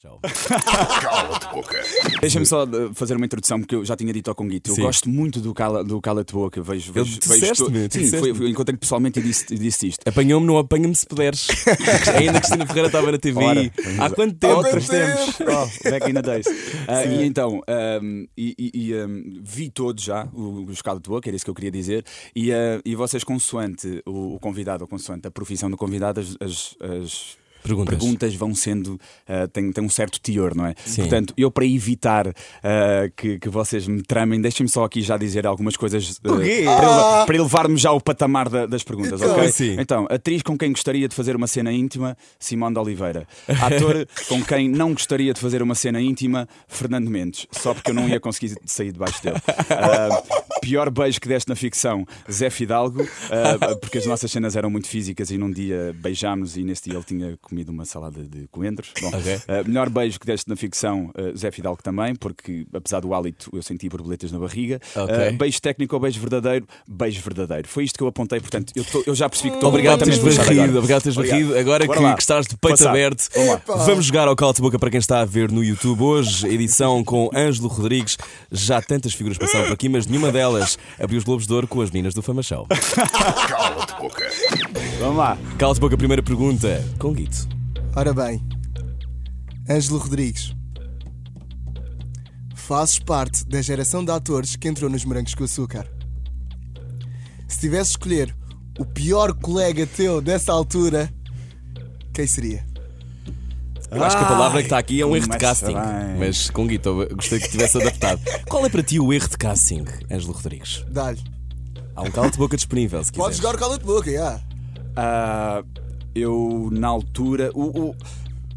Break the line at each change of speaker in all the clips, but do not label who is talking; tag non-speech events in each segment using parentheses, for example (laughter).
Tchau. (laughs)
Cala-te, boca.
Deixa-me só uh, fazer uma introdução, porque eu já tinha dito ao Conguito. Eu
Sim.
gosto muito do Cala, do cala Te Boca. Vejo,
Ele
vejo, vejo
disseste-me,
Sim,
disseste-me.
foi- eu encontrei-te pessoalmente e disse, e disse isto.
Apanhou-me, não apanha-me se puderes. (laughs) Ainda Cristina Ferreira estava na TV.
Ora,
Há quanto tempo?
Outros tempos. Oh, back in the days. (laughs) Ah, e então, ahm, e, e- e, ahm, vi todos já o, o escala de boca, era isso que eu queria dizer. E, ah, e vocês, consoante o, o convidado, ou consoante a profissão do convidado, as. as- as
Perguntas.
vão sendo. ah, têm tem um certo teor, não é?
Sim.
Portanto, eu para evitar ah, que, que vocês me tramem, deixem-me só aqui já dizer algumas coisas. ah,
quê?
para, ele- para elevar-me já ao patamar da- das perguntas,
Então,
ok?
sim.
Então, atriz com quem gostaria de fazer uma cena íntima, Simone de Oliveira.
(laughs)
Ator com quem não gostaria de fazer uma cena íntima, Fernando Mendes. Só porque eu não ia conseguir sair debaixo dele. Ah, pior beijo que deste na ficção, Zé Fidalgo, ah, porque as nossas cenas eram muito físicas e num dia beijámos e nesse dia ele tinha comido uma salada de coentros. Bom,
Ok.
ah, melhor beijo que deste na ficção, ah, Zé Fidalgo também, porque apesar do hálito eu senti borboletas na barriga.
Ok.
Ah, beijo técnico ou beijo verdadeiro? Beijo verdadeiro. Foi isto que eu apontei, portanto, eu, tô- eu já percebi que estou
Obrigado por teres
completamente lixado
barrido,
agora.
obrigado por teres barrido. Agora
Bora
que,
lá.
que estás de peito
Passar.
aberto, vamos, jogar ao Cala de Boca para quem está a ver no YouTube hoje. Edição com Ângelo Rodrigues. Já tantas figuras passaram por aqui, mas nenhuma delas abriu os Globos de Ouro com as meninas do Fama Show.
Cala-te, boca.
Vamos lá.
Cala de Boca, primeira pergunta. Com Guito.
Ora bem, Ângelo Rodrigues. Fazes parte da geração de atores que entrou nos Morangos com Açúcar. Se tivesse de escolher o pior colega teu dessa altura, quem seria?
Eu acho que a palavra que está aqui é um erro de
Começa
casting.
bem.
Mas com Guito, eu gostei que tivesse adaptado. Qual é para ti o erro de casting, Ângelo Rodrigues?
Dá-lhe.
Há um Cala de Boca disponível, se
Podes
quiseres.
jogar o cala de boca, já.
Ah, eu, na altura. O, o-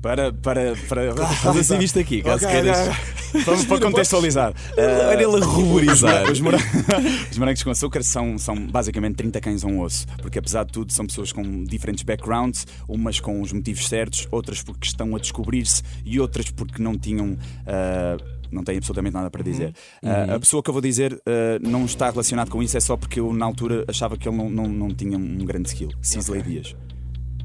para. para, para
Faz assim isto aqui, caso
Ok,
queiras.
ok. Vamos para contextualizar. (laughs) Ah,
Olha ele a ruborizar.
Os, mora- (laughs) os morangos com açúcar são, são basicamente 30 cães a um osso, porque apesar de tudo são pessoas com diferentes backgrounds, umas com os motivos certos, outras porque estão a descobrir-se e outras porque não tinham. ah, não têm absolutamente nada para dizer. Ah, a pessoa que eu vou dizer ah, não está relacionada com isso, é só porque eu, na altura, achava que ele não, não, não tinha um grande skill. Sisley Dias.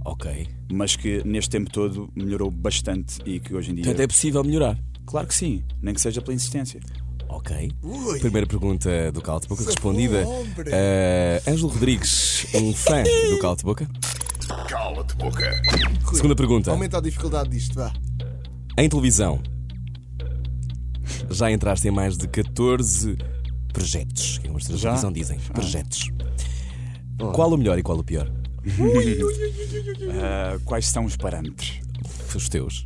Ok.
Mas que neste tempo todo melhorou bastante e que hoje em dia.
Portanto, é possível melhorar.
Claro que sim, nem que seja pela insistência.
Ok.
Ui. um
Primeira pergunta do Cala de Boca respondida.
hombre.
Eh, Ângelo Rodrigues, um fã do Cala de Boca.
Cala-te, boca.
Rui,
Segunda pergunta.
Aumenta a dificuldade disto, vá.
Em televisão, já entraste em mais de 14 projetos. Que algumas pessoas de televisão dizem. Projetos. Qual o melhor e qual o pior?
Ah, quais são os parâmetros?
Os teus.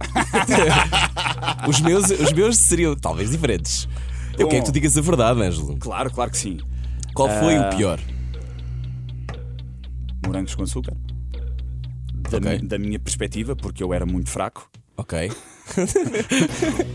(laughs) os, meus, os meus seriam talvez diferentes. Eu
Bom.
quero que tu digas a verdade, Ângelo.
Claro, claro que sim.
Qual foi o pior?
Morangos com açúcar. Da,
Ok.
mi- da minha perspectiva, porque eu era muito fraco. (laughs)
Ok.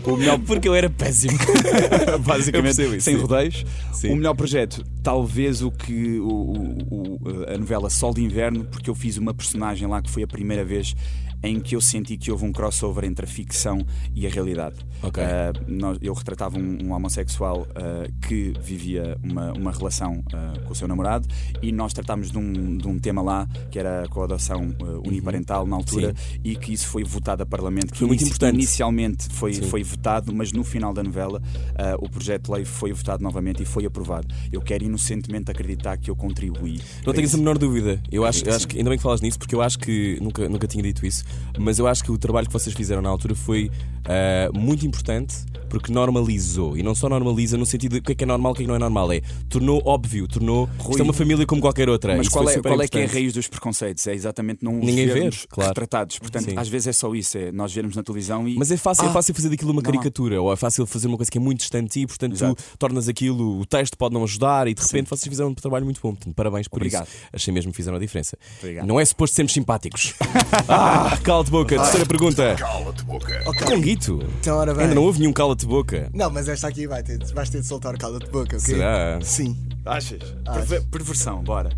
o melhor porque eu era péssimo. Eu percebo
Basicamente,
isso,
sem
sim.
rodeios.
Sim.
O melhor projeto, talvez o que o- o- o- a novela Sol de Inverno, porque eu fiz uma personagem lá que foi a primeira vez em que eu senti que houve um crossover entre a ficção e a realidade.
Ok.
Ah, nós- eu retratava um, um homossexual ah, que vivia uma, uma relação ah, com o seu namorado e nós tratámos de um, de um tema lá que era a coadoção ah, uniparental na altura e que isso foi votado a Parlamento.
Uhum. Foi muito
Inici-
importante.
Inicialmente foi, foi votado, mas no final da novela ah, o projeto de lei foi votado novamente e foi aprovado. Eu quero inocentemente acreditar que eu contribuí.
Não tenho
para
a
É isso. É
menor dúvida. Eu acho, eu acho que ainda bem que falas nisso, porque eu acho que nunca, nunca tinha dito isso, mas eu acho que o trabalho que vocês fizeram na altura foi ah, muito importante porque normalizou. E não só normaliza no sentido de o que é que é normal, o que é que não é normal. É tornou óbvio, tornou. Isto é uma família como qualquer outra.
Mas
Isso
qual,
foi
é,
super
qual é que é a
importante.
raiz dos preconceitos? É exatamente não os
Ninguém vê,
vermos
claro.
retratados. Portanto,
Sim.
às vezes é só isso. É nós vermos na televisão e.
Mas é fácil, é fácil fazer daquilo uma
Ah. não há.
caricatura, ou é fácil fazer uma coisa que é muito distante de ti, portanto
Exato.
tu tornas aquilo, o texto pode não ajudar e de repente vocês fizeram um trabalho muito bom. Portanto, parabéns por
Obrigado.
isso. Achei mesmo que fizeram a diferença.
Obrigado.
Não é suposto sermos simpáticos. (laughs) ah, cala-te boca, terceira pergunta.
Cala-te, boca.
Ok.
Conguito.
Então, ora bem.
Ainda não houve nenhum cala-te boca.
Não, mas esta aqui vai ter, vais ter de soltar o cala de boca, ok?
Será?
Sim.
Achas? Perver- Perversão,
(laughs)
bora.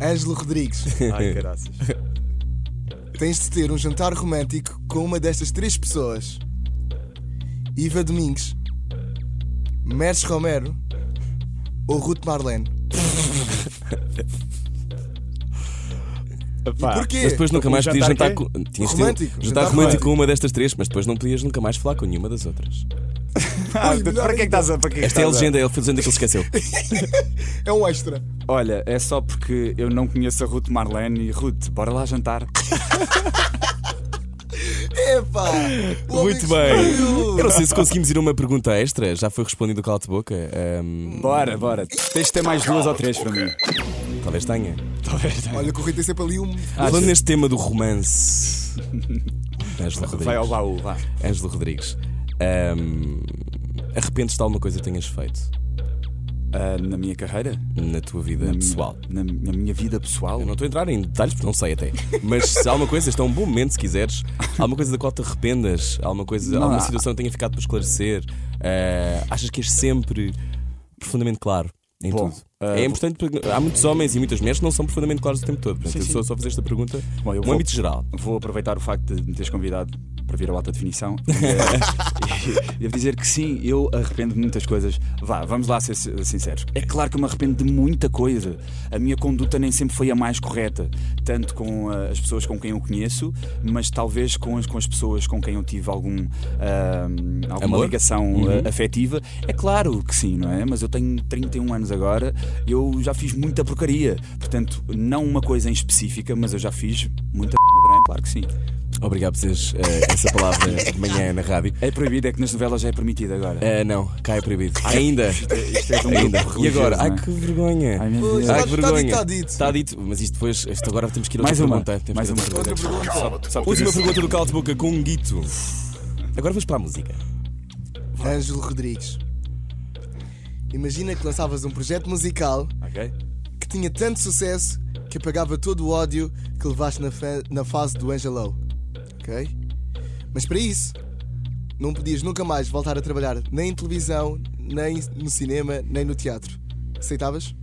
Ângelo Rodrigues.
(laughs) Ai, caraças.
Tens de ter um jantar romântico com uma destas três pessoas: Iva Domingues, Mercedes Romero ou Ruth Marlene.
Epá,
porquê?
Mas depois nunca mais
Um
podias
jantar
jantar com. Tinhas de ter-
Romântico, jantar
Jantar romântico
romântico.
com uma destas três, mas depois não podias nunca mais falar com nenhuma das outras.
Ah,
Ui, melhor
para que é que
ainda.
estás a. Para que é que
Esta é a
estás
legenda, ele foi dizendo que ele
(laughs)
esqueceu.
É um extra.
Olha, é só porque eu não conheço a Ruth Marlene e Ruth, bora lá jantar.
Epá!
(laughs)
o homem
Muito
que
bem.
explodiu.
Eu não sei se conseguimos ir a uma pergunta extra, já foi respondido o calo de boca. Ahm,
Bora, bora. Tens de ter mais duas ou três para mim.
talvez tenha.
Talvez. tenha.
Olha, que o Rui tem sempre ali um.
Ah,
Falando neste tema do
(laughs)
romance. Ângelo Rodrigues.
Vai ao baú, vá.
Ângelo Rodrigues. ahm, Arrependes-te de alguma coisa que tenhas feito
Ah, na minha carreira?
na tua vida
Na minha-
pessoal?
Na, na minha vida pessoal?
Eu não estou a entrar em detalhes porque não sei até. Mas se há uma coisa, este é um bom momento se quiseres. Há uma coisa da qual te arrependas, há uma coisa, há
Não
uma
há.
situação que tenha ficado para esclarecer. eh, achas que és sempre profundamente claro em
Bom,
tudo?
eh,
é importante porque há muitos homens e muitas mulheres que não são profundamente claros o tempo todo. Portanto,
Sim,
eu
sim.
só, só fiz esta pergunta
Bom, eu
no
vou-
âmbito geral.
Vou aproveitar o facto de me teres convidado para vir ao Alta Definição (laughs) e, eh, devo dizer que sim, eu arrependo de muitas coisas. Vá, vamos lá ser sinceros. É claro que eu me arrependo de muita coisa. A minha conduta nem sempre foi a mais correta, tanto com ah, as pessoas com quem eu conheço, mas talvez com as, com as pessoas com quem eu tive algum, ah, alguma
Amor?
ligação ah, afetiva. É claro que sim, não é? Mas eu tenho 31 anos agora, eu já fiz muita porcaria. Portanto, não uma coisa em específica, mas eu já fiz muita (laughs) Brian, claro que sim.
Obrigado por teres eh, essa palavra de manhã na rádio.
É proibido, é que nas novelas já é permitido agora.
Eh, não, cá é proibido. Ainda.
Isto é de um
Ainda.
grupo
E agora?
religioso,
Ai
não é?
que vergonha.
Ai, meu
Pois,
Deus.
Está-
Ai,
está
que vergonha.
dito, está dito.
Está dito, mas isto depois, isto agora temos que ir a outra
Mais uma.
pergunta. Temos
Mais
que ir a
uma
outra
pergunta.
Outra pergunta.
Cala-te boca.
Última pergunta do Cala de Boca com um guito. Agora vamos para a música. Ah.
Ângelo Rodrigues. Imagina que lançavas um projeto musical
Ok?
que tinha tanto sucesso que apagava todo o ódio que levaste na, fa- na fase do Angelo. Ok? Mas para isso, não podias nunca mais voltar a trabalhar nem em televisão, nem no cinema, nem no teatro. Aceitavas?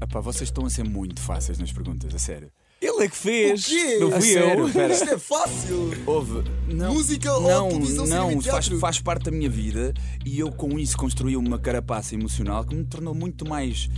Epá, vocês estão a ser muito fáceis nas perguntas, a sério.
Ele é que fez.
O quê?
Não
A
fui
sério?
eu.
Espera.
é fácil!
Houve. Não,
Música ou
não,
televisão, cinema
não,
e
faz,
teatro?
faz parte da minha vida e eu com isso construí uma carapaça emocional que me tornou muito mais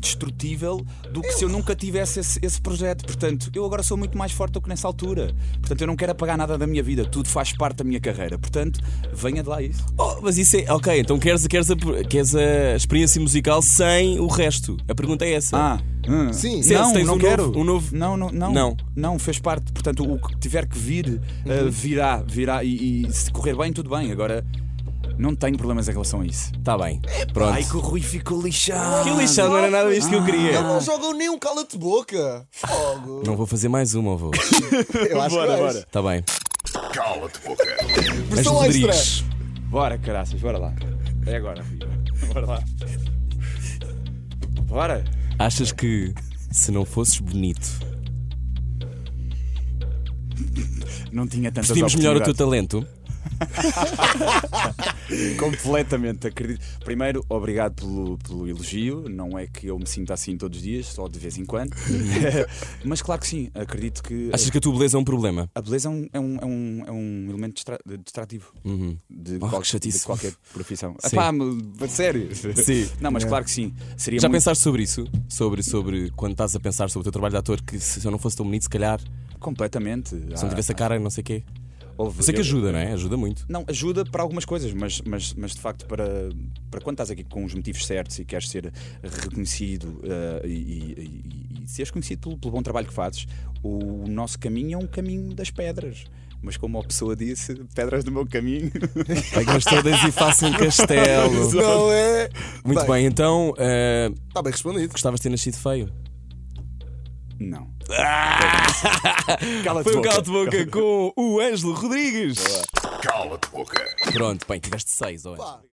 indestrutível do que se eu nunca tivesse esse, esse projeto. Portanto, eu agora sou muito mais forte do que nessa altura. Portanto, eu não quero apagar nada da minha vida, tudo faz parte da minha carreira. Portanto, venha de lá isso.
Oh, mas isso é. Ok, então queres, queres, a, queres a experiência musical sem o resto? A pergunta é essa.
Ah, hum.
Sim.
Sim,
não,
se tens
não
um
quero.
novo- um novo-
Não, não, não,
Não.
Não, fez parte. Portanto, o que tiver que vir, eh, virá, virá. E, e se correr bem, tudo bem. Agora, não tenho problemas em relação a isso.
Tá bem. Pronto.
Ai, que o Rui ficou lixado.
que lixado, não é? era nada disto que eu
Não,
queria.
não jogam nem um cala-te-boca! Fogo!
Não vou fazer mais uma, vou.
Eu acho
Bora,
que é
bora.
Tá bem.
Cala-te boca.
Ângelo
Versão extra!
um Rodrigues.
Bora, caraças, bora lá. É agora, Rui. Bora lá. Bora.
Achas que se não fosses bonito,
Não tinha tantas
vestimos melhor o teu
oportunidades.
talento?
Completamente, acredito. Primeiro, obrigado pelo, pelo elogio. Não é que eu me sinta assim todos os dias, só de vez
(laughs)
em quando. Mas claro que sim, acredito que.
Achas que a tua beleza é um problema?
A beleza é um, é um, é um, é um elemento distra- distrativo de,
Oh,
qual-
que chatice.
de qualquer profissão.
Sim.
Epá, mas- sério?
Sim. É.
Não, mas claro que sim. Seria
Já
muito-
pensaste sobre isso? Sobre, sobre quando estás a pensar sobre o teu trabalho de ator, que se eu não fosse tão bonito, se calhar, se
Completamente. ah,
não tivesse a cara, não sei o quê. Eu sei que ajuda, não é? Ajuda muito.
Não, ajuda para algumas coisas, mas, mas, mas de facto, para, para quando estás aqui com os motivos certos e queres ser reconhecido eh, e, e, e- e seres conhecido pelo, pelo bom trabalho que fazes, o nosso caminho é um caminho das pedras. Mas como a pessoa disse, pedras do meu caminho. (laughs)
Pegas todas e faço um castelo.
Não é?
Muito bem, então eh,
Está bem respondido.
gostavas de ter nascido feio.
Não. Ah! um Cala-te
Foi o
boca.
calo de boca com o Ângelo Rodrigues.
Cala-te boca.
Pronto, bem, tiveste seis hoje.
Pá.